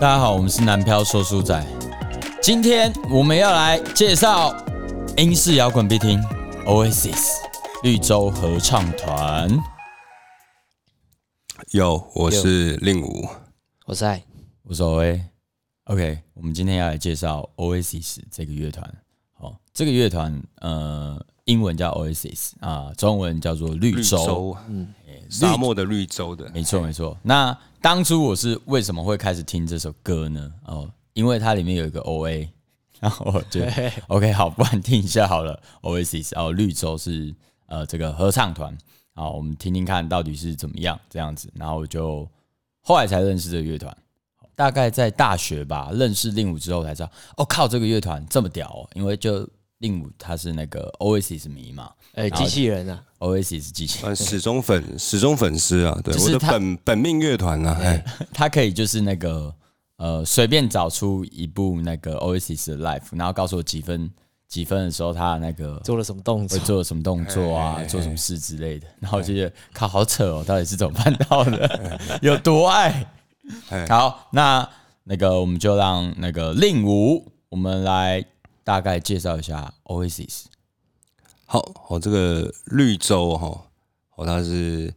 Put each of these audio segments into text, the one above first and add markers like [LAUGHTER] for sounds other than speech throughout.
大家好，我们是南漂说书仔，今天我们要来介绍英式摇滚必听 Oasis 绿洲合唱团。有，我是令武。我在无所谓。OK，我们今天要来介绍 Oasis 这个乐团。好，这个乐团呃，英文叫 Oasis 啊、中文叫做绿洲。，嗯，沙漠的绿洲的，没错，没错。那当初我是为什么会开始听这首歌呢？哦，因为它里面有一个 O A，然 [LAUGHS] 后我觉得 OK 好，不然听一下好了。Oasis 哦，绿洲是呃这个合唱团，好，我们听听看到底是怎么样这样子。然后我就后来才认识这个乐团，大概在大学吧，认识令武之后才知道，哦靠，这个乐团这么屌哦，因为就令武他是那个 Oasis 迷嘛哎，机器人啊， ，Oasis 机器人呃，始终粉，始终粉丝啊，对，就是我的他本本命乐团啊，哎，他可以就是那个呃，随便找出一部那个 Oasis 的 Life，然后告诉我几分几分的时候，他那个做了什么哎动会作？做什么动作啊，做什么事之类的。然后我哎就觉得靠，好扯哦，到底是怎么办到的？ [LAUGHS] 有多爱？哎好，那那个我们就让那个令武，我们来大概介绍一下 Oasis。好，好，这个绿洲哈，哦，它是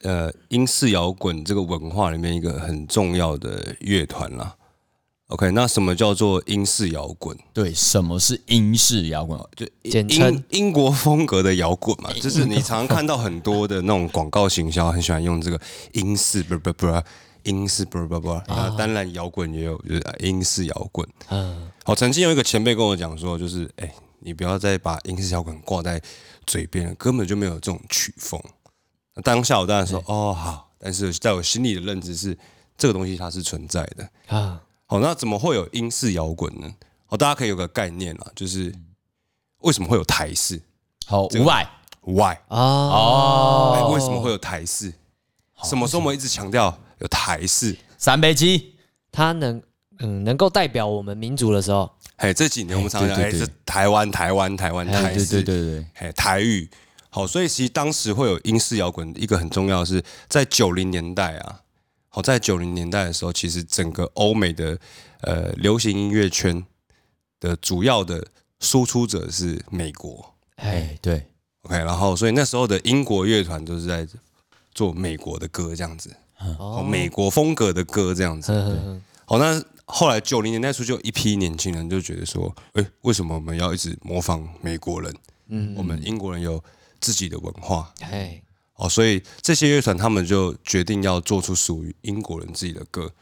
呃英式摇滚这个文化里面一个很重要的乐团啦。OK，那什么叫做英式摇滚？对，什么是英式摇滚？就简英称英国风格的摇滚嘛，就是你常常看到很多的那种广告行销，很喜欢用这个英式不不不英式不不不，啊，当然摇滚也有，就是英式摇滚。嗯，好，曾经有一个前辈跟我讲说，就是哎、你不要再把英式摇滚挂在嘴边了，根本就没有这种曲风。那当下我当然说哦好，但是在我心里的认知是，这个东西它是存在的。啊，好，那怎么会有英式摇滚呢？好，大家可以有个概念啦，就是为什么会有台式好，五百 Why？哦，哎为什么会有台式？什么时候我们一直强调有台式？三杯鸡。他能嗯能够代表我们民族的时候，哎，这几年我们常常讲，对哎，对这台湾、台湾、台湾、台对对式，对对，哎，台语。好，所以其实当时会有英式摇滚，一个很重要的是在九零年代啊。好，在九零年代的时候，其实整个欧美的呃流行音乐圈的主要的输出者是美国。哎，哎，对， OK，然后所以那时候的英国乐团都是在做美国的歌这样子，哦，哦，美国风格的歌这样子。嗯嗯嗯好，那后来九零年代初就有一批年轻人就觉得说，哎、为什么我们要一直模仿美国人？嗯，我们英国人有自己的文化哎，哦，所以这些乐团他们就决定要做出属于英国人自己的歌。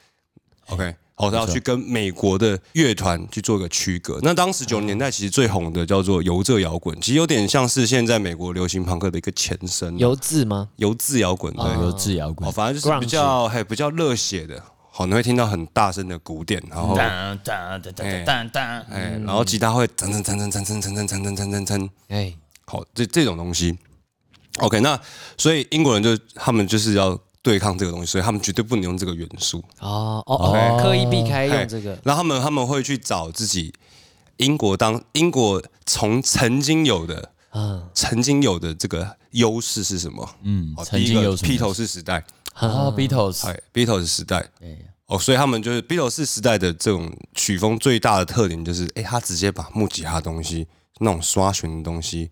OK，好，然后去跟美国的乐团去做一个区隔。那当嗯时九零年代其实最红的叫做游浙摇滚，其实有点像是现在美国流行朋克的一个前身，啊油字吗？游自摇滚啊对。有自摇滚哦，。反正就是比 Grunge 较还比较热血的，好，你会听到很大声的鼓点，然后当当当当当当。哎，然后吉他会蹭蹭蹭蹭蹭蹭蹭蹭蹭蹭蹭蹭蹭，哎，好，这这种东西。OK，那所以英国人就他们就是要对抗这个东西，所以他们绝对不能用这个元素。哦哦哦，刻意避哎开用这个，然后他们他们会去找自己英国当英国从曾经有的嗯，曾经有的这个优势是什么？嗯好，曾第一经有个什么披头士时代，哦，Beatles，哎，Beatles 时代，对哦，所以他们就是 Beatles 时代的这种曲风最大的特点就是，哎、他直接把木吉他的东西那种刷弦的东西，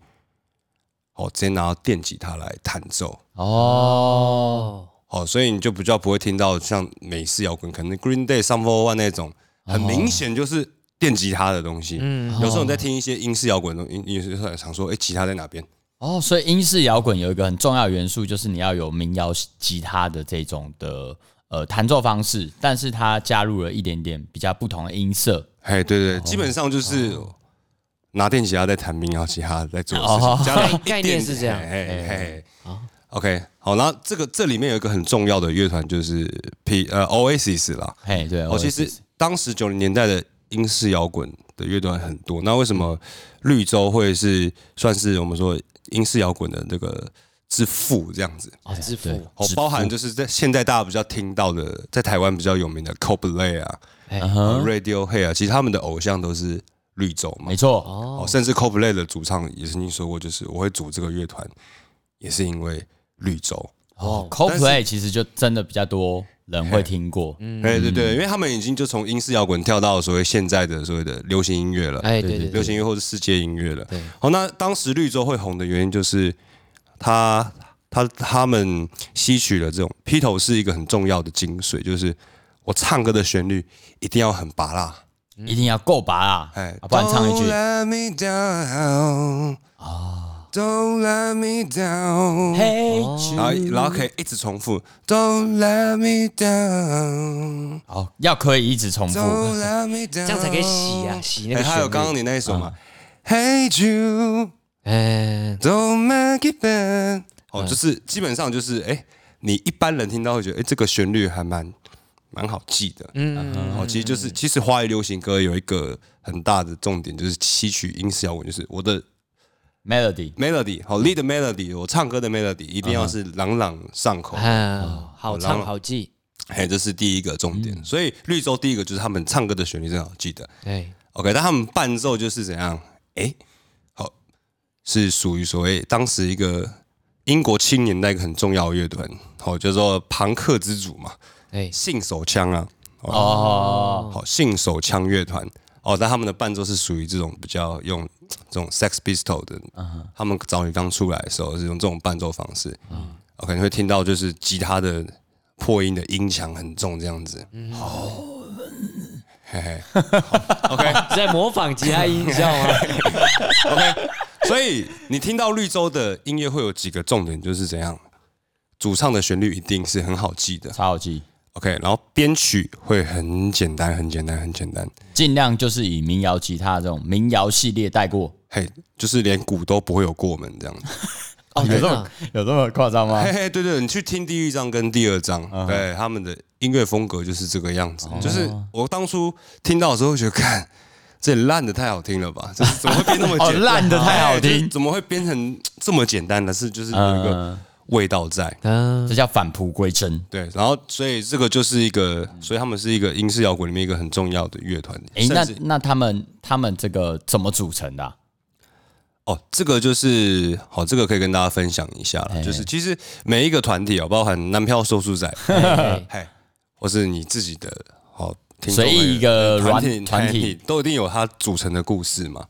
哦，直接拿到电吉他来弹奏。哦，哦，所以你就比较不会听到像美式摇滚，可能 Green Day、Sum 41那种，很哦明显就是电吉他的东西。嗯，有时候你在听一些英式摇滚的东西，你你有时候想说，哎、吉他在哪边？哦，所以英式摇滚有一个很重要的元素，就是你要有民谣吉他的这种的呃弹奏方式，但是它加入了一点点比较不同的音色。哎，对对，哦基本上就是拿电吉他在弹民谣吉他在做的事哦情，加了一概概念是这样哎点嘿嘿嘿。OK，好，然后这个这里面有一个很重要的乐团就是 P 呃 Oasis 啦。嘿，对，哦，其实 Oasis 当时九零年代的英式摇滚的乐团很多，那为什么绿洲会是算是我们说英式摇滚的这个之父这样子？哦，致富对，哦，包含就是在现在大家比较听到的，在台湾比较有名的 Coldplay 啊、哎， Radiohead 啊，其实他们的偶像都是绿洲嘛没。错，哦哦，，甚至 Coldplay 的主唱也曾经说过，就是我会组这个乐团，也是因为绿洲。哦哦，Coldplay 其实就真的比较多人会听过，哎，对对，因为他们已经就从英式摇滚跳到所谓现在的所谓的流行音乐了，哎，对对流对，行音乐或是世界音乐了对。好，那当时绿洲会红的原因就是他他他们吸取了这种披头是一个很重要的精髓，就是我唱歌的旋律一定要很拔辣，一定要够拔啊！哎，啊不然唱一 Don't 句哦 let me down 啊，Don't let me down， Hey 然后 Jude，然后可以一直重复 Don't let me down。好，要可以一直重复， Don't let [LAUGHS] me down，这这样才可以洗啊，洗那个哎，还有旋刚刚律。啊你那一首嘛，Hey you, 哎， don't make it bad。哦，嗯就是基本上就是，哎，你一般人听到会觉得，哎，这个旋律还蛮蛮好记的。嗯，哦，其实就是，其实华语流行歌有一个很大的重点，就是吸取英式摇滚，就是我的 melody melody，好嗯 lead melody，我唱歌的 melody 一定要是朗朗上口。啊，好唱好记。哎，这是第一个重嗯点。所以绿洲第一个就是他们唱歌的旋律真的好记得。哎， OK，但他们伴奏就是怎样？哎、好，是属于所谓当时一个英国七年代一个很重要的乐团，好，叫做朋克之主嘛，哎，信手枪啊，哦，好，信手枪乐团。哦，但他们的伴奏是属于这种比较用这种 Sex Pistol 的，他们早年刚出来的时候是用这种伴奏方式，嗯，我可能会听到就是吉他的破音的音墙很重这样子，哦，嘿嘿，在模仿吉他音，你知道吗？所以你听到绿洲的音乐会有几个重点，就是怎样，主唱的旋律一定是很好记的超好记， ，OK，然后编曲会很简单，很简单，很简单，尽量就是以民谣吉他这种民谣系列带过。嘿，就是连鼓都不会有过门 [LAUGHS] 这样子。哦，有这么有这么夸张吗啊嘿？嘿，对对，你去听第一章跟第二章，啊对他们的音乐风格就是这个样哦子。就是我当初听到的时候，觉得看这也烂的太好听了吧？ [LAUGHS] 这是怎么会变那么哦简单？烂得太好听哎就是怎么会变成这么简单呢？是就是有一嗯个味道在。嗯，这叫返璞归真。对，然后所以这个就是一个，所以他们是一个英式摇滚里面一个很重要的乐团。嗯诶，甚那至那他们他们这个怎么组成的啊？哦，这个就是好，这个可以跟大家分享一下了。就是其实每一个团体哦，包含男票收书仔， [LAUGHS] 哎嘿，或是你自己的哦，听众呃随意一个团软体团体，都一定有它组成的故事嘛。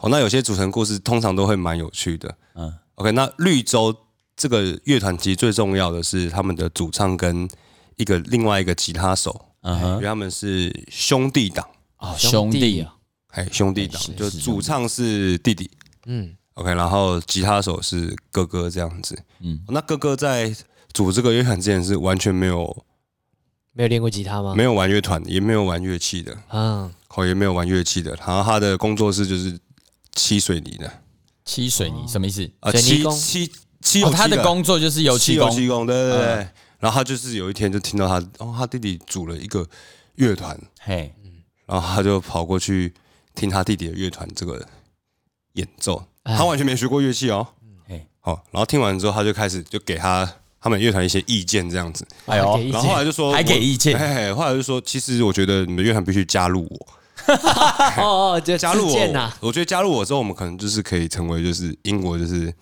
哦，那有些组成故事通常都会蛮有趣的。嗯，OK，那绿洲这个乐团其实最重要的是他们的主唱跟一个另外一个吉他手，嗯因哼，为他们是兄弟党。哦，兄兄弟弟啊，哎，兄弟党是就是主唱是弟弟嗯， ，OK，然后吉他手是哥哥这样子。嗯嗯，那哥哥在组这个乐团之前是完全没有没有练过吉他吗？没有玩乐团，也没有玩乐器的，嗯，哦，也没有玩乐器的。然后他的工作室就是漆水泥的漆水泥什么意思？啊，水泥漆工漆漆油哦，漆他的工作就是油漆漆油工。漆工，对对对。然后他就是有一天就听到他，哦，他弟弟组了一个乐团，嘿，然后他就跑过去听他弟弟的乐团这个演奏，哎他完全没学过乐器哦。嘿，好，然后听完之后，他就开始就给他他们乐团一些意见，这样子。哎呦，给意然后后来就说，还给我意见嘿嘿，后来就说，其实我觉得你们乐团必须加入我，哦哦，就加入我自荐啊呐，，我觉得加入我之后，我们可能就是可以成为就是英国就是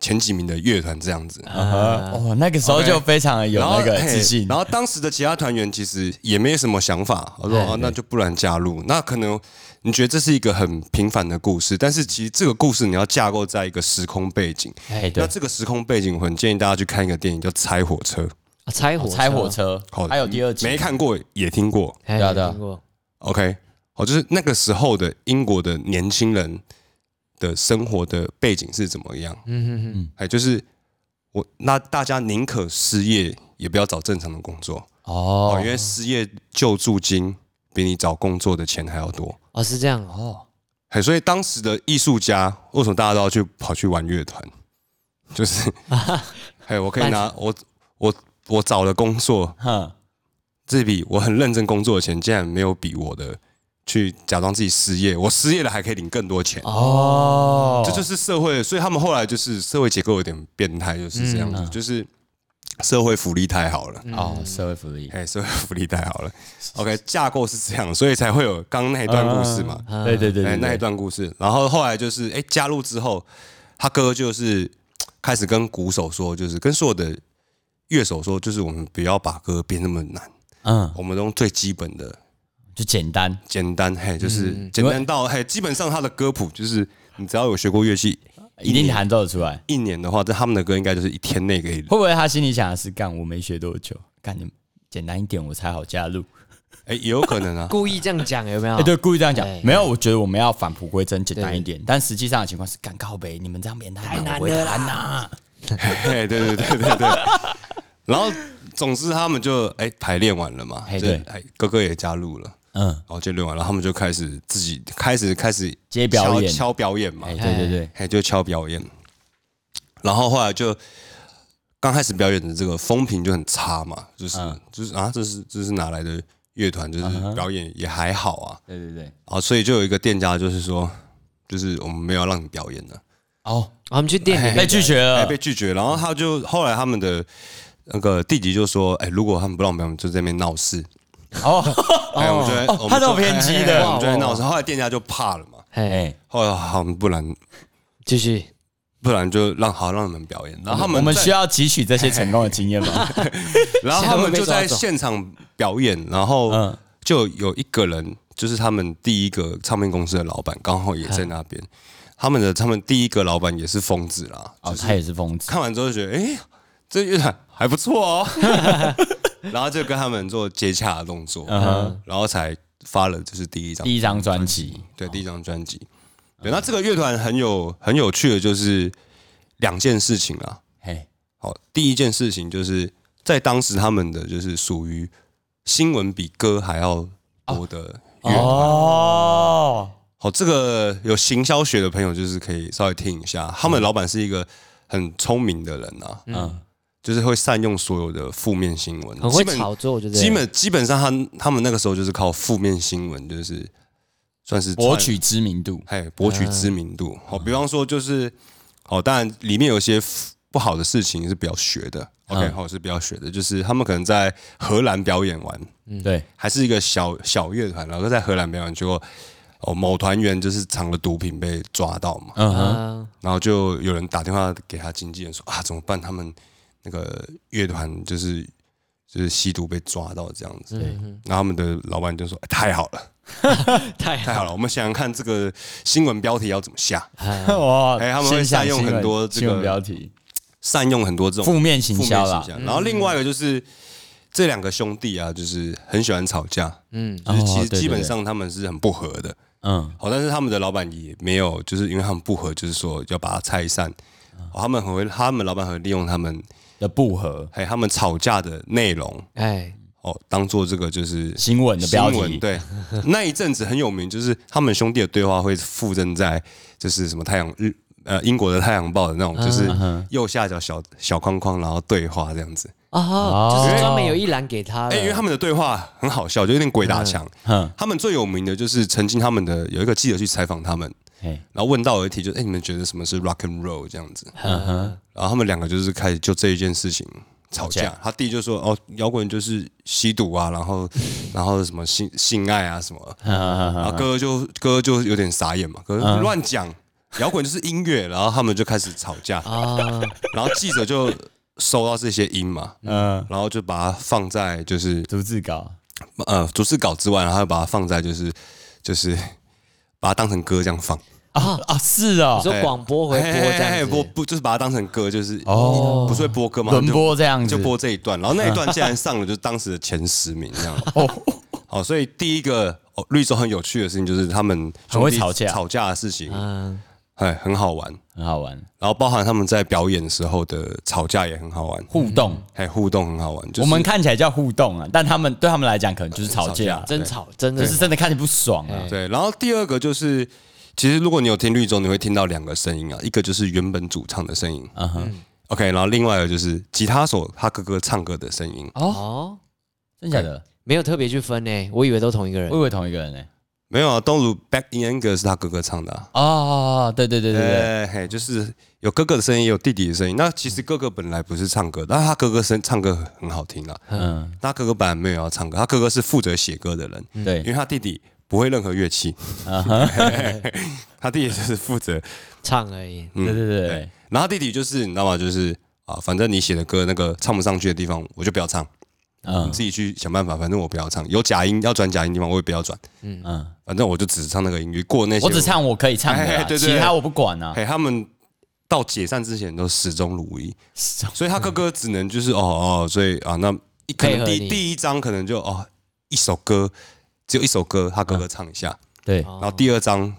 前几名的乐团这样子。呃，哦，那个时候嗯 OK 就非常的有然后那个嘿自信。然后当时的其他团员其实也没什么想法，我说哎啊，那就不然加入。那可能你觉得这是一个很平凡的故事，但是其实这个故事你要架构在一个时空背景。哎，对那，这个时空背景，我很建议大家去看一个电影叫《拆火车》，啊拆火拆火，车好，还有第二集，没看过也听过。哎对啊对啊听过 OK，哦，就是那个时候的英国的年轻人的生活的背景是怎么样？嗯哼哼，哎，就是我那大家宁可失业，也不要找正常的工作哦，哦因为失业救助金比你找工作的钱还要多。哦是这样哦，。哦，哎，所以当时的艺术家为什么大家都要去跑去玩乐团？就是， [LAUGHS] 哎，我可以拿我我我找了工作，哼，这笔我很认真工作的钱，竟然没有比我的去假装自己失业，我失业了还可以领更多钱。哦，这就是社会，所以他们后来就是社会结构有点变态，就是这样嗯子，就是社会福利太好了，哦，社会福利，哎、社会福利太好了。OK，架构是这样，所以才会有刚刚那一段故事嘛，嗯对对对对，哎、那对一段故事。然后后来就是，哎、加哎入之后，他哥就是开始跟鼓手说，就是跟所有的乐手说，就是我们不要把歌变那么难，嗯，我们用最基本的就简单，简单，嘿，嗯就是简单到嘿，基本上他的歌谱就是你只要有学过乐器一定弹奏得出来。一年的话，这他们的歌应该就是一天内可以。会不会他心里想的是，干我没学多久，干你简单一点我才好加入？哎、也有可能啊故意这样讲有没有？哎，对，故意这样讲哎，没有，我觉得我们要返璞归真，简单对一点。但实际上的情况是，干靠北，你们这样变太难，我不会啊弹呐。嘿，对对对对对。 [LAUGHS] 然后，总之他们就哎、排练完了嘛，嘿就对哎哥哥也加入了，嗯，然后就练完了，他们就开始自己开始开始接表演敲敲表演嘛哎，，对对对，嘿，就敲表演。然后后来就刚开始表演的这个风评就很差嘛，就是、嗯就是啊，这是这是哪来的乐团？就是表演也还好啊，对对对。啊，所以就有一个店家就是说，就是我们没有让你表演的，哦，我们去店里面被拒绝哎，了被。拒绝。然后他就后来他们的那个弟弟就说，哎，如果他们不让我们表演，就在那边闹事。哦，哎，我们觉得哦他这种偏激的我们就在闹事。后来店家就怕了嘛，哎，哎，后来好，不然继续，不然就让好让你们表演。然后啊他们我们在需要汲取这些成功的经验吗？然后他们就在现场表演，然后嗯就有一个人，就是他们第一个唱片公司的老板，刚好也在那边。嗯他们的他们第一个老板也是疯子啦，哦，他也是疯子。看完之后就觉得，哎、这乐团还不错哦， [LAUGHS] 然后就跟他们做接洽的动作，然后才发了就是第一张第一张专辑，对，第一张专辑。对，那这个乐团很有很有趣的就是两件事情啊，嘿，好，第一件事情就是在当时他们的就是属于新闻比歌还要多的乐团。哦，好，这个有行销学的朋友就是可以稍微听一下，他们的老板是一个很聪明的人啊，嗯，就是会善用所有的负面新闻，很基会本炒作，我觉得。基本基本上他他们那个时候就是靠负面新闻，就是算是博赚取知名度，哎，博取知名度。好，比方说就是，好，当然里面有一些 f- 不好的事情是比较学的。OK，好是比较学的，就是他们可能在荷兰表演完，对，还是一个小小乐团，然后在荷兰表演，结果哦某团员就是藏了毒品被抓到嘛，嗯哼，啊，然后就有人打电话给他经纪人说啊怎么办？他们那个乐团就是就是吸毒被抓到这样子，然后他们的老板就说、哎太好了，太太好了，我们想想看这个新闻标题要怎么下。 [LAUGHS] 哇哎他们会现象善用新闻很多这个新闻标题，善用很多这种负面行负面销形啦，象。然后另外一个就是这两个兄弟啊，就是很喜欢吵架，嗯，就是其哦对实对基本上他们是很不和的。嗯，好，但是他们的老板也没有，就是因为他们不和，就是说要把它拆散。嗯哦他们很会，他们老板很会利用他们，的不合还有他们吵架的内容哎，哦，当做这个就是新闻的标新闻题，对，那一阵子很有名，就是他们兄弟的对话会附赠在就是什么太阳日呃英国的太阳报的那种，嗯就是右下角小小框框，然后对话这样嗯子。哦，就是专门有一栏给他哎、因为的，他们的对话很好笑，就有点鬼打墙。嗯他们最有名的就是曾经他们的有一个记者去采访他们，嘿， [LAUGHS] 然后问到有一题就是，哎、你们觉得什么是 rock and roll 这样子？嗯哼，然后他们两个就是开始就这一件事情吵架。吵他弟就说：“哦，摇滚就是吸毒啊，然后 [LAUGHS] 然后什么性性爱啊什么。”嗯然后哥哥就哥哥就有点傻眼嘛，哥哥乱讲，摇滚就是音乐。然后他们就开始吵架，啊，然后记者就收到这些音嘛，嗯，然后就把它放在就是逐字稿，呃逐字稿之外，然后把它放在就是就是把它当成歌这样放。啊啊，是哦你，说哎广播回播这嘿嘿嘿样哎播子，不就是把它当成歌，就是哦不是会播歌吗？轮就播这样子就，播这一段，然后那一段竟然上了就是当时的前十名这样。 [LAUGHS] [LAUGHS] 哦，好，所以第一个哦，绿洲很有趣的事情就是他们很会兄弟吵架吵架的事情，嗯，哎，很好玩。很好玩，然后包含他们在表演的时候的吵架也很好玩，互动，哎，互动很好玩。就是我们看起来叫互动啊，但他们对他们来讲可能就是吵吵架啊架，争吵，真的就是真的看起来不爽啊，对，然后第二个就是，其实如果你有听绿洲，你会听到两个声音啊，一个就是原本主唱的声音嗯哼， ，OK，然后另外一个就是吉他手他哥哥唱歌的声音，哦，真假的，没有特别去分呢，我以为都同一个人哦我以。为同一个人呢，没有啊，Don't Look Back in Anger 是他哥哥唱的、啊。哦，对对对对对，对，嘿，就是有哥哥的声音，也有弟弟的声音。那其实哥哥本来不是唱歌，但他哥哥声唱歌很好听啦。嗯，那他哥哥本来没有要唱歌，他哥哥是负责写歌的人，因为对，嗯他弟弟不会任何乐器，他弟弟就是负责。唱而已。对对对对， [LAUGHS] 哎然后他弟弟就是你知道吗？就是啊，反正你写的歌那个唱不上去的地方，我就不要唱，你嗯自己去想办法。反正我不要唱，有假音要转假音的地方我也不要转，嗯，反正我就只唱那个音域过那些。我只，唱我可以唱的哎啦，对对哎其他我不管啊。嘿，他们到解散之前都始终如一，哦所以他哥哥只能就是哦哦，所以啊，那一可配能合第你第一章可能就哦一首歌，只有一首歌，他哥嗯哥唱一下，对，然然后第二章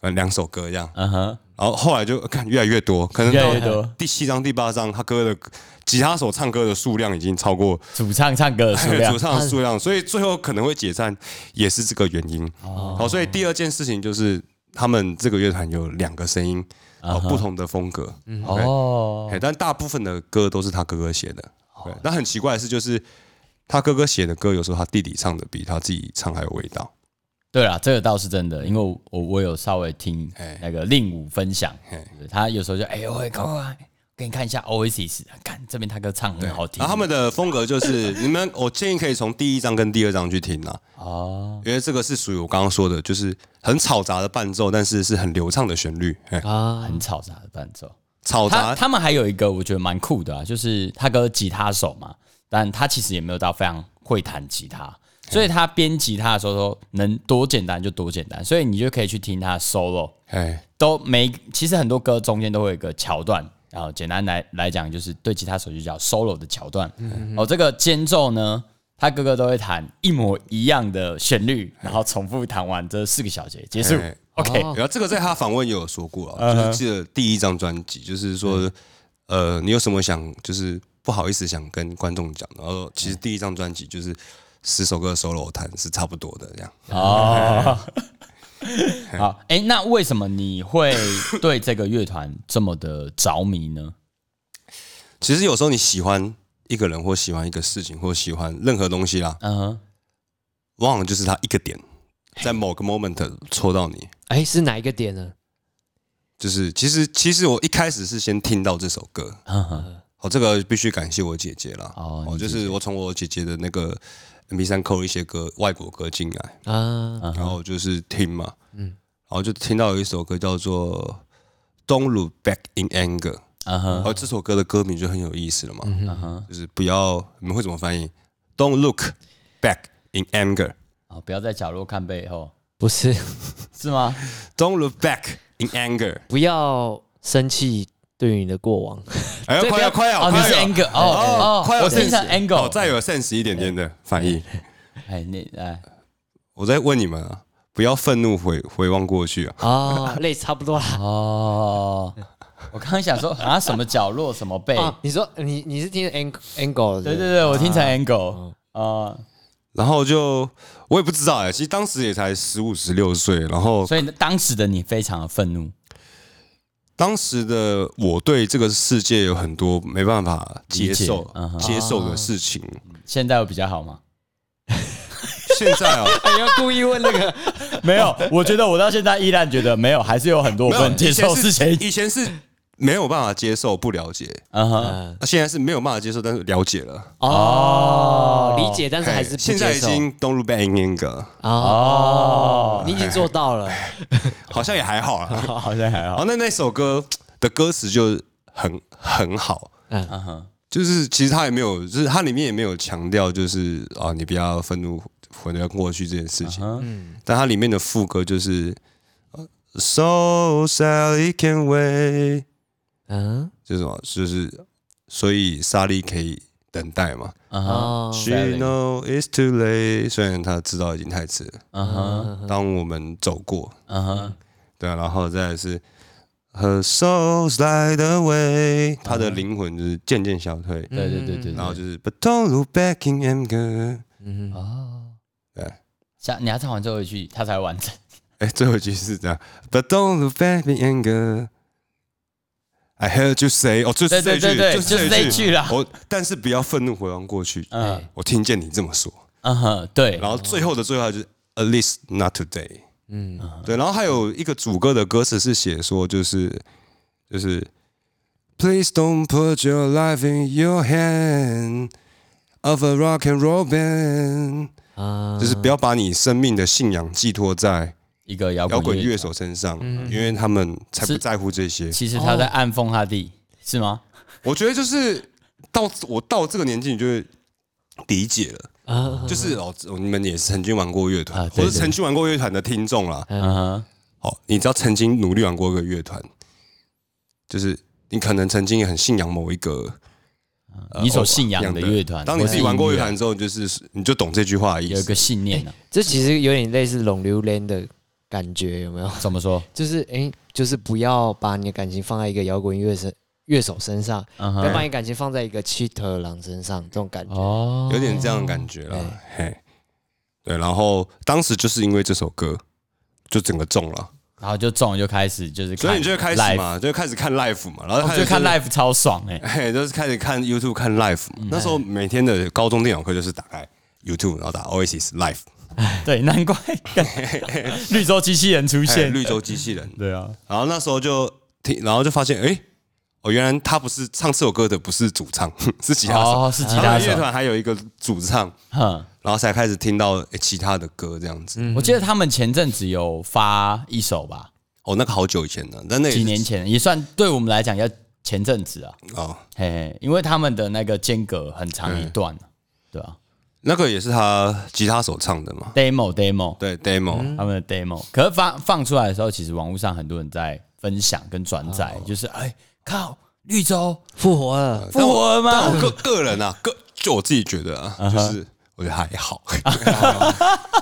可能两首歌这样，嗯哼，然后后来就看越来越多，可能越来到越多第七章、第八章，他哥的吉他手唱歌的数量已经超过主唱唱歌的数量 [LAUGHS] 主，唱的数量，所以最后可能会解散，也是这个原因。哦好，所以第二件事情就是他们这个乐团有两个声音，哦，不同哎的风格。OK 啊哦，嘿但大部分的歌都是他哥哥写的。对，那很奇怪的是，就是他哥哥写的歌，有时候他弟弟唱的比他自己唱还有味道。对啦，这个倒是真嗯的，因为我我我有稍微听哎那个令武分享哎，对他有时候就哎呦喂，快快给你看一下 Oasis，看这边他歌唱很好听然后他们的风 [LAUGHS] 格就是，你们我建议可以从第一章跟第二章去听啦、哦，因为这个是属于我刚刚说的，就是很嘈杂的伴奏，但是是很流畅的旋律。嘿啊，很嘈杂的伴奏。嘈他杂，他们还有一个我觉得蛮酷的啊，就是他哥吉他手嘛，但他其实也没有到非常会弹吉他，所以他编吉他的时候说能多简单就多简单，所以你就可以去听他的 solo，哎，都每其实很多歌中间都会有一个桥段，然后简单来来讲就是对吉他手就叫 solo 的桥段。嗯哦，这个间奏呢，他哥哥都会弹一模一样的旋律，然后重复弹完这四个小节结束哎。 OK，哦然后这个在他访问也有说过嗯啊，就是记得第一张专辑，就是说，呃，你有什么想，就是不好意思想跟观众讲的。然后嗯其实第一张专辑就是十首歌的 solo 弹是差不多的这样。哦，好，哎、那为什么你会对这个乐团这么的着迷呢？其实有时候你喜欢一个人，或喜欢一个事情，或喜欢任何东西啦，嗯哼，往往就是他一个点，在某个 moment 戳到你。哎，是哪一个点呢？就是其实其实我一开始是先听到这首歌，嗯哼，哦，这个必须感谢我姐姐啦。哦哦，你就姐是我从我姐姐的那个 MP 三扣一些歌，外国歌进来，啊，嗯然后就是听嘛，嗯，然后就听到有一首歌叫做《Don't Look Back in Anger》，嗯然哼，哦后这首歌的歌名就很有意思了嘛，嗯就是不要你们会怎么翻译？Don't look back in anger。好，哦不要在角落看背后，不是，是吗？ Don't look back in anger。不要生气对于你的过往。哎呦，对快要不要快要，哦，你快是要哎 angle，哦哦，快要我听成 sense 哦， angle，再有 sense 一点点的翻译。哎，你哎，我在问你们啊，不要愤怒回回望过去啊。 [LAUGHS] 啊，类似差不多啦。哦， [LAUGHS] 我刚刚想说啊，什么角落，什么哎背，啊啊，你说你你是听 angle angle 的对对对，我听成 angle，哦，然后就我也不知道哎、其实当时也才十五十六岁，然后所以当时的你非常的愤怒，当时的我对这个世界有很多没办法接理受解、嗯哼接受的事情。 [LAUGHS] 现在有比较好吗？现在啊，你要哎故意问那个 [LAUGHS] 没有，我觉得我到现在依然觉得没有，还是有很多我没不能有接以受的前事是情。以前是没有办法接受、不了解， [LAUGHS] 啊嗯哼，嗯那现在是没有办法接受，但是了解了。啊哦，理解，但是还是嘿不哎现在接已受经 don't look back in anger，哦，你已经做到了，好像也还好 [LAUGHS] 啦。好像还然好。后那那首歌的歌词就很很好，嗯哼，就是其实他也没有，就是它里面也没有强调，就是啊，你不要愤怒回到过去这件事嗯情。嗯但它里面的副歌就是呃 So Sally can wait，嗯，就是什么？就是所以莎莉可以等待嘛。 [LAUGHS] 嗯哼，哦， She Sally know it's too late，虽然她知道已经太迟了。嗯哼，当我们走过，嗯哼，对啊，然后再来是 Her soul's light 嗯 away，她的灵魂就是渐渐消退。对对对对。然后对就是 But don't look back in anger。嗯哦，对，像你要唱完最后一句，他才完整。哎，最后一句是这样，But don't look back in anger。I heard you say，哦，就是这一对句，对对对就是就是这一句啦我但是不要愤怒回望过去，嗯我听见你这么说。嗯哼，对然。后最后的最后就是 At least not today。嗯，对。然后还有一个主歌的歌词是写说，就是就是 Please don't put your life in your hand of a rock and roll band。啊，就是不要把你生命的信仰寄托在一个摇摇滚滚乐乐，手身上，因为他们才不在乎这些。哦其实他在暗讽他弟，是吗？我觉得就是到我到这个年纪，你就会理解了。啊，就是哦，你们也曾经玩过乐团，啊对或者对曾经玩过乐团的听众啦。嗯哼，好，你知道曾经努力玩过一个乐团，就是你可能曾经也很信仰某一个呃你所信仰的乐团，哦当你自己或是玩过乐音乐团之后，就是你就懂这句话的意有一思。个信念啊呢，这其实有点类似拢榴莲的感觉，有没有？怎么说？就是诶，就是不要把你的感情放在一个摇滚乐身乐手身上，嗯不要把哼，你感情放在一个七特郎身上，这种感觉。哦有点这样的感觉啦。嘿，对，然后当时就是因为这首歌，就整个中了，然后就中了就开始就是看 live，所以你就会开始嘛，就会开始看 live 嘛，然后开哦，始就看是 live 嗯超爽 [LAUGHS] 哎，嘿，就是开始看 YouTube 看 Live 嘛。那时候每天的高中电脑课就是打开 YouTube，然后打 Oasis Live，对，难怪绿洲机器人出嘿现，绿洲机器人。对啊，然后那时候就听，然后就发现，哎，哦，原来他不是唱这首歌的，不是主唱， [LAUGHS] 是吉他手。哦，是吉他他们乐手，团还有一个主唱，哼。然后才开始听到诶其他的歌这样子。我记得他们前阵子有发一首吧，哦，那个好久以前了，但那也是几年前也算对我们来讲要前阵子啊，哦，嘿嘿，因为他们的那个间隔很长一段，啊嗯对吧、那个也是他吉他手唱的嘛。 d e m o demo，对，demo，他们的 demo，可是放放出来的时候，其实网络上很多人在分享跟转啊载，就是哎靠，绿洲复活了，复活了但我吗？个个人啊，个就我自己觉得啊，嗯就是我觉得还 [LAUGHS] 好，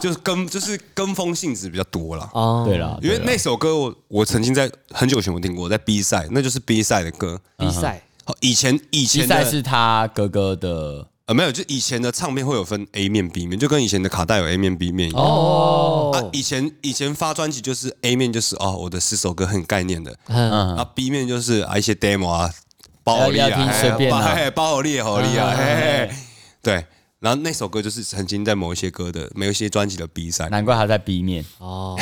就是跟就是跟风性质比较多啦。哦，对了，因为对啊啦那首歌我我曾经在很久以前我听过，在 B 赛，那就是 B 赛的歌。比赛好，以前以比前赛的是他哥哥的呃没有，就以前的唱片会有分 A 面 B 面，就跟以前的卡带有 A 面 B 面一样。哦啊，以前以前发专辑就是 A 面就是哦，我的十首歌很有概念的，嗯啊 B 面就是啊一些 demo 啊，包好利要要啊，听嘿随便啊包嘿 [LAUGHS] 包好利也好利啊，嘿嘿，对。然后那首歌就是曾经在某一些歌的某一些专辑的 B 赛，难怪他在 B 面，哦，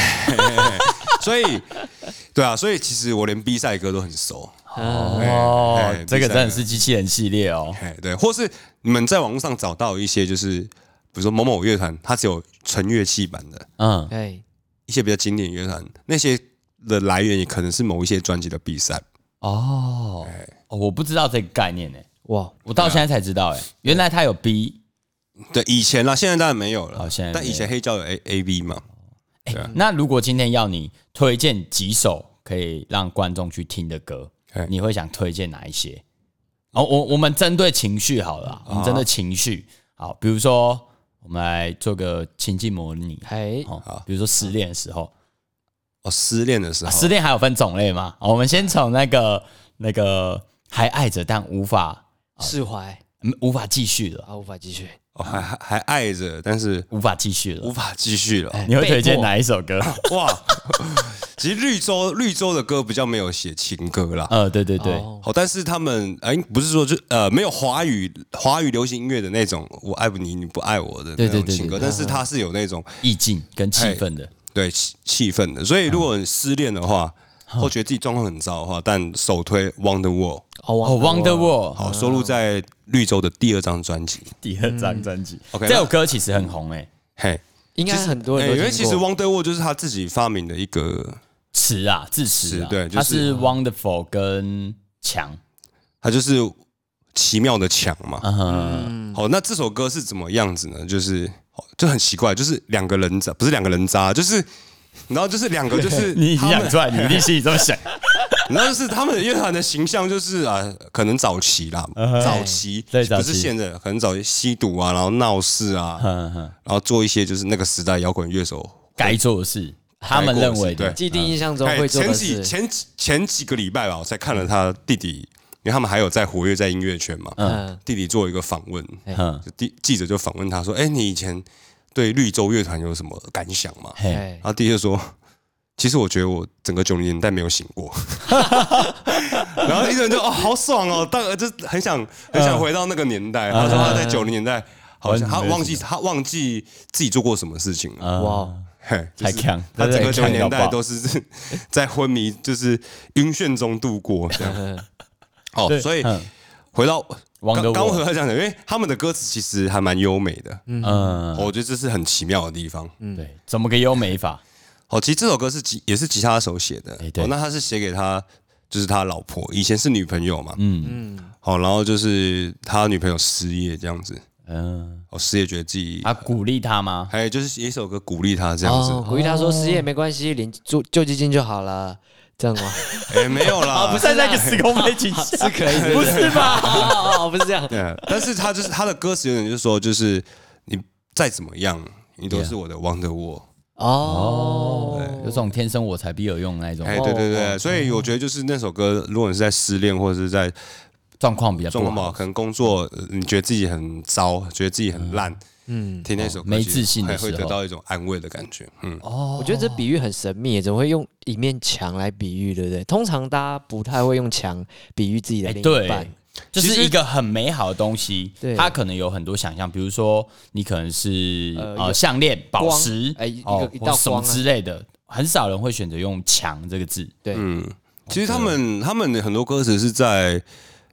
所以 [LAUGHS] 对啊，所以其实我连 B 赛歌都很熟。哎哦嘿，这比个赛真的是机器人系列哦，哎，对，或是你们在网络上找到一些，就是比如说某某乐团，它只有纯乐器版的，嗯，哎，一些比较经典乐团，那些的来源也可能是某一些专辑的比赛。哦，哦我不知道这个概念呢、哇，我到现在才知道、啊哎，原来他有 B。对，以前啦，现在当然没有了。哦现在没有但以前黑胶有 A A V 嘛，啊哎那如果今天要你推荐几首可以让观众去听的歌嘿，你会想推荐哪一些？哦，我我们针对情绪好了啊，我们针对情绪，好，比如说我们来做个情境模拟，哎，哦，比如说失恋的时候，哦，失恋的时啊候，失恋还有分种类吗？哦我们先从那个那个还爱着但无法释怀嗯无法继续了，啊，无法继续，哦、还还还爱着，但是无法继续了无，法继续了。你会推被荐迫哪一首歌？哇， [LAUGHS] 其实绿洲绿洲的歌比较没有写情歌啦。呃，对对对，哦好，但是他们哎、不是说就呃没有华语华语流行音乐的那种我爱不你你不爱我的对那对种对情歌，对但是它是有那种意境跟气氛的。对气气氛的。所以如果你失恋的话，嗯或觉得自己状况很糟的话，但首推《Wonder Wall 哦哦，Wonder Wonderwall Wall》好收录在绿洲的第二张专辑。第二张专辑。 OK，这首歌其实很红欸诶，嘿，应该很多哎人都因为其听实过 Wonder Wall 就是他自己发明的一个，词啊，字词啊，是对就是它是 Wonderful 跟强，他就是奇妙的强嘛。嗯，好，那这首歌是怎么样子呢？就是好就很奇怪，就是两个人渣，不是两个人渣，就是。然后就是两个，就是 [LAUGHS] [LAUGHS] 你已经他们想出来，你一定心里这么想。 [LAUGHS] 然后就是他们的乐团的形象就是啊，可能早 [LAUGHS] 期啦，早期嗯对早不期是现在，可能早期吸毒啊，然后闹事啊， [LAUGHS] 嗯嗯，然后做一些就是那个时代摇滚乐手。该做的事，他们认为的对既定印象中会做哎前的几事，前几前几个礼拜吧，我才看了他弟弟，因为他们还有在活跃在音乐圈嘛，嗯，弟弟做一个访问，嗯，就记记者就访问他说：“哎，你以前对绿洲乐团有什么感想吗？”嘿，哎然，后弟弟就说：“其实我觉得我整个九零年代没有醒过。” [LAUGHS] 然后一个人就哦，好爽哦，当就很想很想回到那个年嗯代。他说他在九零年代好像他忘记他忘记自己做过什么事情了。哇，嘿，就嗯太是强，他整个九零年太强代到爆都是在昏迷，就是晕眩中度过这样。哦，所以嗯回到刚 Wonderwall 刚我和他讲的，因为他们的歌词其实还蛮优美的，哦嗯，我觉得这是很奇妙的地方。对，怎么个优美法？哦，其实这首歌是吉也是吉他手写的，哎对哦，那他是写给他就是他老婆，以前是女朋友嘛，嗯嗯，哦，然后就是他女朋友失业这样子，嗯，哦，失业觉得自己，啊，鼓励他吗？还有就是一首歌鼓励他这样子哦，，鼓励他说失业没关系，领救救济金就好了，这样吗？哎、没 [LAUGHS] 有啦，啊哦不是在那个时空背景下， [LAUGHS] 是可以，不是吧？哦哦，不是这样，对啊，但是他就是他的歌词有点就是说，就是你再怎么样，你都是啊我的 Wonder Wall。哦，哎有种天生我材必有用的那种哎，对对对，所以我觉得就是那首歌，如果你是在失恋或者是在状况比较状不况不好，好，可能工作呃你觉得自己很糟，觉得自己很烂，嗯，听那首歌没其实自信的还会时得候到一种安慰的感觉。嗯，我觉得这比喻很神秘，怎么会用一面墙来比喻，对不对？通常大家不太会用墙比喻自己的哎，另一对半，，就是一个很美好的东西对，它可能有很多想象，比如说你可能是呃呃项链、宝石，哎一个哦一道或什么光啊之类的，很少人会选择用“强”这个字。对，其实他们他们的很多歌词是在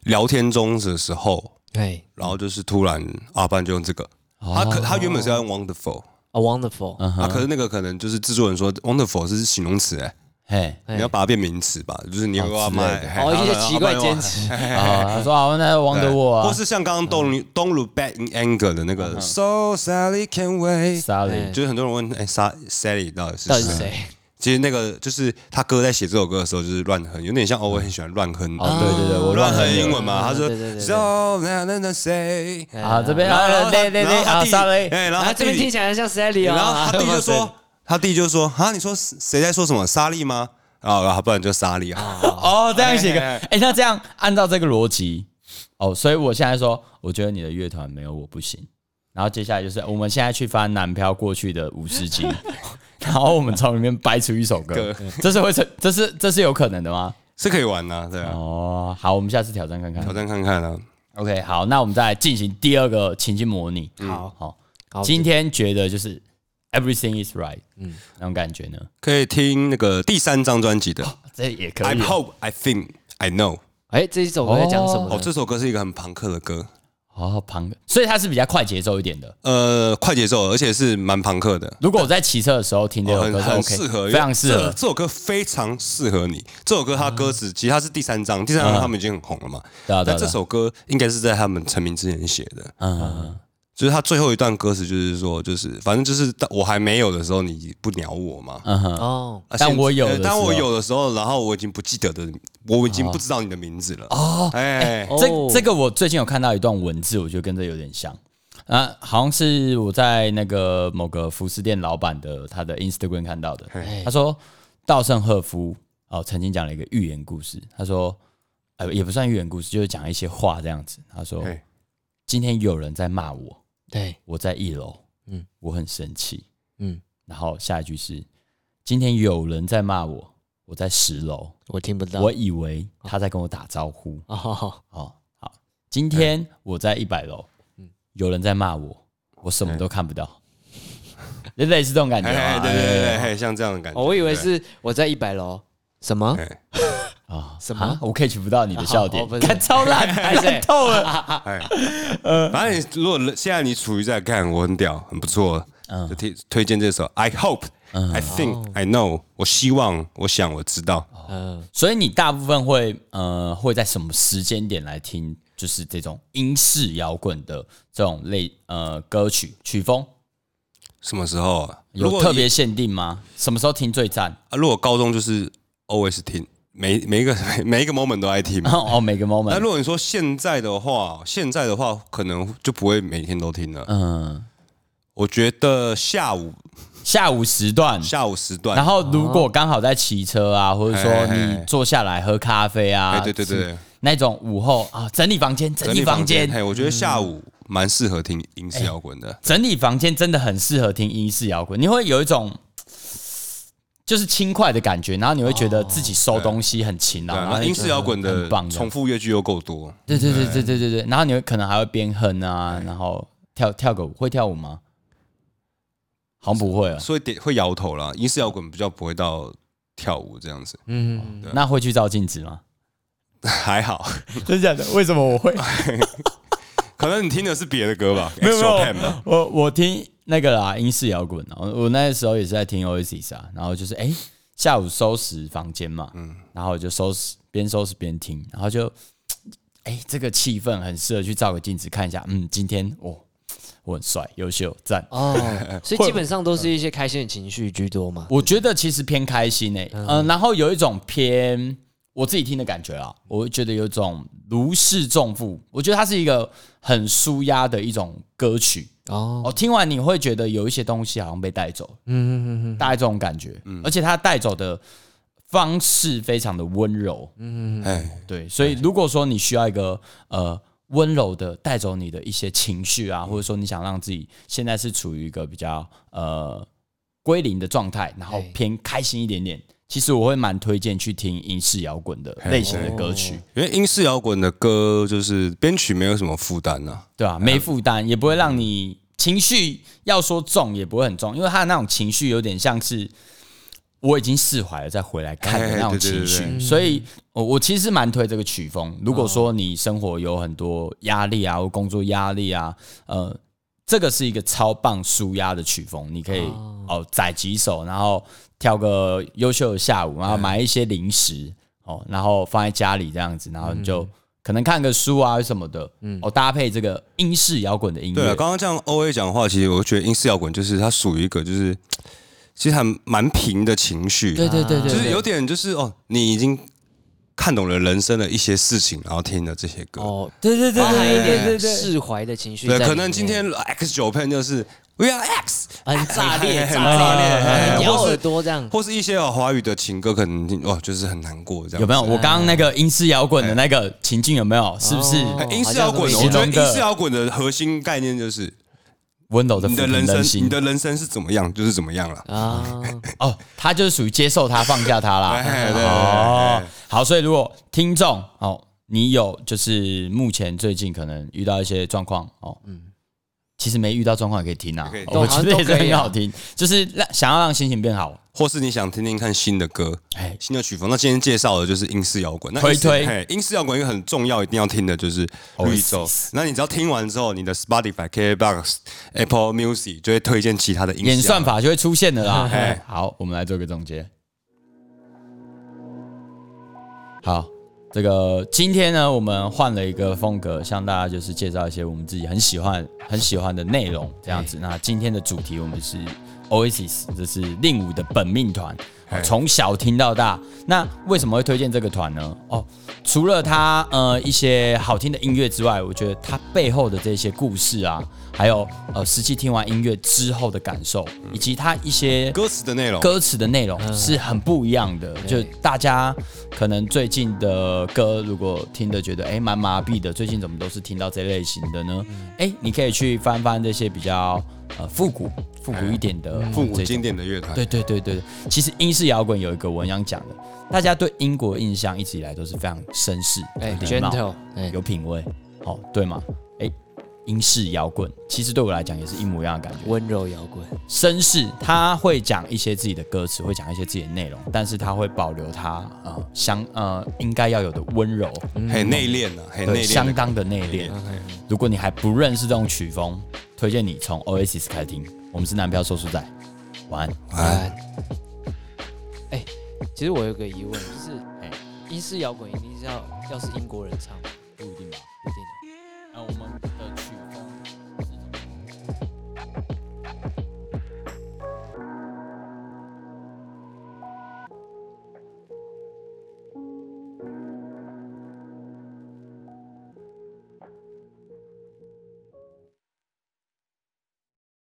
聊天中的时候，哎然后就是突然阿班就用这个，他可他原本是要用 Wonderful， ，a 哦 wonderful，啊，可是那个可能就是制作人说 Wonderful 是形容词，哎， [LAUGHS] 嘿，哎你要把它变名词吧，就是你要哦之类买的嘿哦，一然后些然后奇怪慢慢坚持，啊，他说啊，那王对德沃或啊是像刚刚东东鲁 Back in Anger 的那个 So Sally Can Wait， ，sorry，就是很多人问，哎，Sa-，Sally 到底是到底是？谁？其实那个就是他哥在写这首歌的时候就是乱哼，有点像欧文很喜欢乱哼，哦，对对对，我乱乱哼很英文嘛，他说对对对对 So na na na say，啊，这边哎然后然啊，后对对对他啊弟，sorry，哎，然然后后他这边听弟，起来很像 Sally 哦，然后他弟就啊说，他弟就说啊，你说谁在说什么？莎莉吗？啊，然后不然就莎莉啊。哦，这样写个，哎哎哎，那这样按照这个逻辑，哦，所以我现在说，我觉得你的乐团没有我不行。然后接下来就是我们现在去翻南漂过去的五十 [LAUGHS] 集，然后我们从里面掰出一首歌，这是会成，这是这是有可能的吗？是可以玩呐、对啊，哦，好，我们下次挑战看看挑。战看看啊。 OK，好，那我们再来进行第二个情境模拟。嗯好好，好今天觉得就是 everything is right，嗯，那种感觉呢，可以听那个第三张专辑的这也哦可《I 以 Hope I Think I Know》哎，这一首歌在讲什么哦，呢？这首歌是一个很朋克的歌，哦，庞哥，所以它是比较快节奏一点的。呃，快节奏，而且是蛮朋克的，如果我在骑车的时候听这哦首很歌是很 OK，适合，非常适这合。这首歌非常适合你。这首歌它歌词其实它是第三张，第三嗯张他们已经很红了嘛，对啊，对但啊这对啊，首歌应该是在他们成名之前写的。嗯嗯，就是他最后一段歌词，就是说，就是反正就是当我还没有的时候，你不鸟我嘛。哦，啊但嗯现我有呃的时当我候哦有的时候，然后我已经不记得的，我已经不知道你的名字了。哦，哎，这哦这个我最近有看到一段文字，我觉得跟这有点像。啊，好像是我在那个某个服饰店老板的他的 Instagram 看到的。哎他说，稻盛和夫哦曾经讲了一个寓言故事。他说，呃，也不算寓言故事，就是讲一些话这样子。他说嘿，今天有人在骂我，对，我在一楼，嗯嗯，我很生气，嗯，然后下一句是：今天有人在骂我，我在十楼，我听不到，我以为他在跟我打招呼。哦，哦，好，今天哎我在一百楼，嗯有人在骂我，我什么都看不到， [LAUGHS] 就类似这种感觉哎，啊。哎对对对对，嘿像这样的感觉。 [LAUGHS] 哦我以为是我在一百楼，什么？ [LAUGHS] 哎，啊，什啊么？我 catch 不到你的笑点哦不，是看超 [LAUGHS] 烂，烂透了。反正你如果现在你处于在看，我很屌，很不错，嗯就推推荐这首《I Hope》。I think I know，我希望，我想，我知道。哦嗯，所以你大部分会呃会在什么时间点来听？就是这种英式摇滚的这种类呃歌曲曲风，什么时候啊？如有果特别限定吗？什么时候听最赞？ [LAUGHS] 啊如果高中就是 always 听，每每一个 [LAUGHS] 每一个 moment 都爱听嘛。哦，每个那 moment，如果你说现在的话，现在的话可能就不会每天都听了。嗯，我觉得下午下午时段，下午时然段，后如果刚好在骑车啊，或者说嘿嘿嘿你坐下来喝咖啡啊，哎，对对对，是对，那种午后啊，整理房间，整理房间，嗯哎哦嘿，我觉得下午蛮适合听英式摇滚的。整理房间真的很适合听英式摇滚，你会有一种就是轻快的感觉，然后你会觉得自己收东西很勤劳，对啊，然然后后你英式摇滚很的棒的重复乐句又够多，对对对对对对对，然后你会可能还会边哼啊，然后跳跳个舞，会跳舞吗？好像不会啊，所以点会摇头啦。英式摇滚比较不会到跳舞这样子， [LAUGHS] 嗯那会去照镜子吗？还好。真的假的？为什么我会？可能你听的是别的歌吧，没有没 Extra Pan 吧有，我我听那个啦，英式摇滚啊，我我那时候也是在听 Oasis 啊，然后就是哎、诶下午收拾房间嘛，嗯，然后我就收拾边收拾边听，然后就哎、这个气氛很适合去照个镜子看一下，嗯，今天哦，我很帅，优秀，赞。哦， [LAUGHS] 所以基本上都是一些开心的情绪居多嘛。我觉得其实偏开心诶、嗯、然后有一种偏我自己听的感觉啦，我会觉得有一种如释重负，我觉得它是一个很舒压的一种歌曲。哦，哦，听完你会觉得有一些东西好像被带走，嗯嗯嗯大概这种感觉，而且它带走的方式非常的温柔，哎，对，所以如果说你需要一个呃温柔的带走你的一些情绪啊，或者说你想让自己现在是处于一个比较呃归零的状态，然后对偏开心一点点，其实我会蛮推荐去听英式摇滚的类型的歌曲，因为英式摇滚的歌就是编曲没有什么负担呐，对啊？没负担，也不会让你情绪要说重也不会很重，因为他的那种情绪有点像是。我已经释怀了，再回来看的哎那种对情对对绪，对嗯所以我我其实蛮推这个曲风。如果说你生活有很多压力啊，或工作压力啊，呃，这个是一个超棒舒压的曲风，你可以哦载几首，然后挑个优秀的下午，然后买一些零食哦，然后放在家里这样子，然后你就可能看个书啊什么的，哦，搭配这个英式摇滚的音对啊，乐，刚刚这样 O A 讲话，其实我觉得英式摇滚就是它属于一个就是其实还蛮平的情绪，啊对对对对，就是对有点就是哦，你已经看懂了人生的一些事情，然后听了这些歌。哦，对对对包含一对对点对释怀的情绪在对，里面。可能今天 X 九 pen 就是 We are X，很炸裂， [LAUGHS] 哎很炸炸裂裂，哎很咬或是耳朵这样。或是一些哦华语的情歌，可能听哦就是很难过这样。有没有？我刚刚那个英式摇滚的那个情境有没有？是不是哦哎英式摇滚，好像我是觉得英形容的式摇滚的核心概念就是温柔的你抚的平人生，心你的人生是怎么样，就是怎么样了。啊，哦，他就是属于接受他、放下他啦。 [LAUGHS] 哎对哦，好，所以如果听众哦，你有就是目前最近可能遇到一些状况哦，嗯，其实没遇到状况也可以听啊可以，听我觉得也是都可以很啊好听，就是让想要让心情变好，或是你想听听看新的歌哎，新的曲风。那今天介绍的就是英式摇滚，那推英式推嘿英式摇滚一个很重要一定要听的就是绿洲。那你只要听完之后，你的 Spotify、KBox、Apple Music 就会推荐其他的音演算法就会出现的啦哎。好，我们来做个总结。好，这个今天呢，我们换了一个风格，向大家就是介绍一些我们自己很喜欢、很喜欢的内容，这样子。那今天的主题我们是 Oasis，这是令武的本命团，哎从小听到大。那为什么会推荐这个团呢？哦，除了它呃一些好听的音乐之外，我觉得它背后的这些故事啊，还有呃实际听完音乐之后的感受，以及它一些歌词的内容。歌词的内嗯容是很不一样的。就对大家可能最近的歌，如果听的觉得哎蛮麻痹的，最近怎么都是听到这类型的呢？嗯哎，你可以去翻翻这些比较呃复古、复古一点的哎复古这种经典的乐团，对对对对，其实英式摇滚有一个文章讲的，大家对英国印象一直以来都是非常绅士、哎有礼貌，gentle，哎，有品味，哦，对吗？哎，英式摇滚其实对我来讲也是一模一样的感觉。温柔摇滚，绅士，他会讲一些自己的歌词，会讲一些自己的内容，但是他会保留他呃相呃应该要有的温柔，很内敛呐，很内对，敛的，相当的内敛。如果你还不认识这种曲风，推荐你从 Oasis 开始听。我们是南漂说书仔，晚安。哎。哎，其实我有个疑问，就是哎英式摇滚一定是要要是英国人唱吗，啊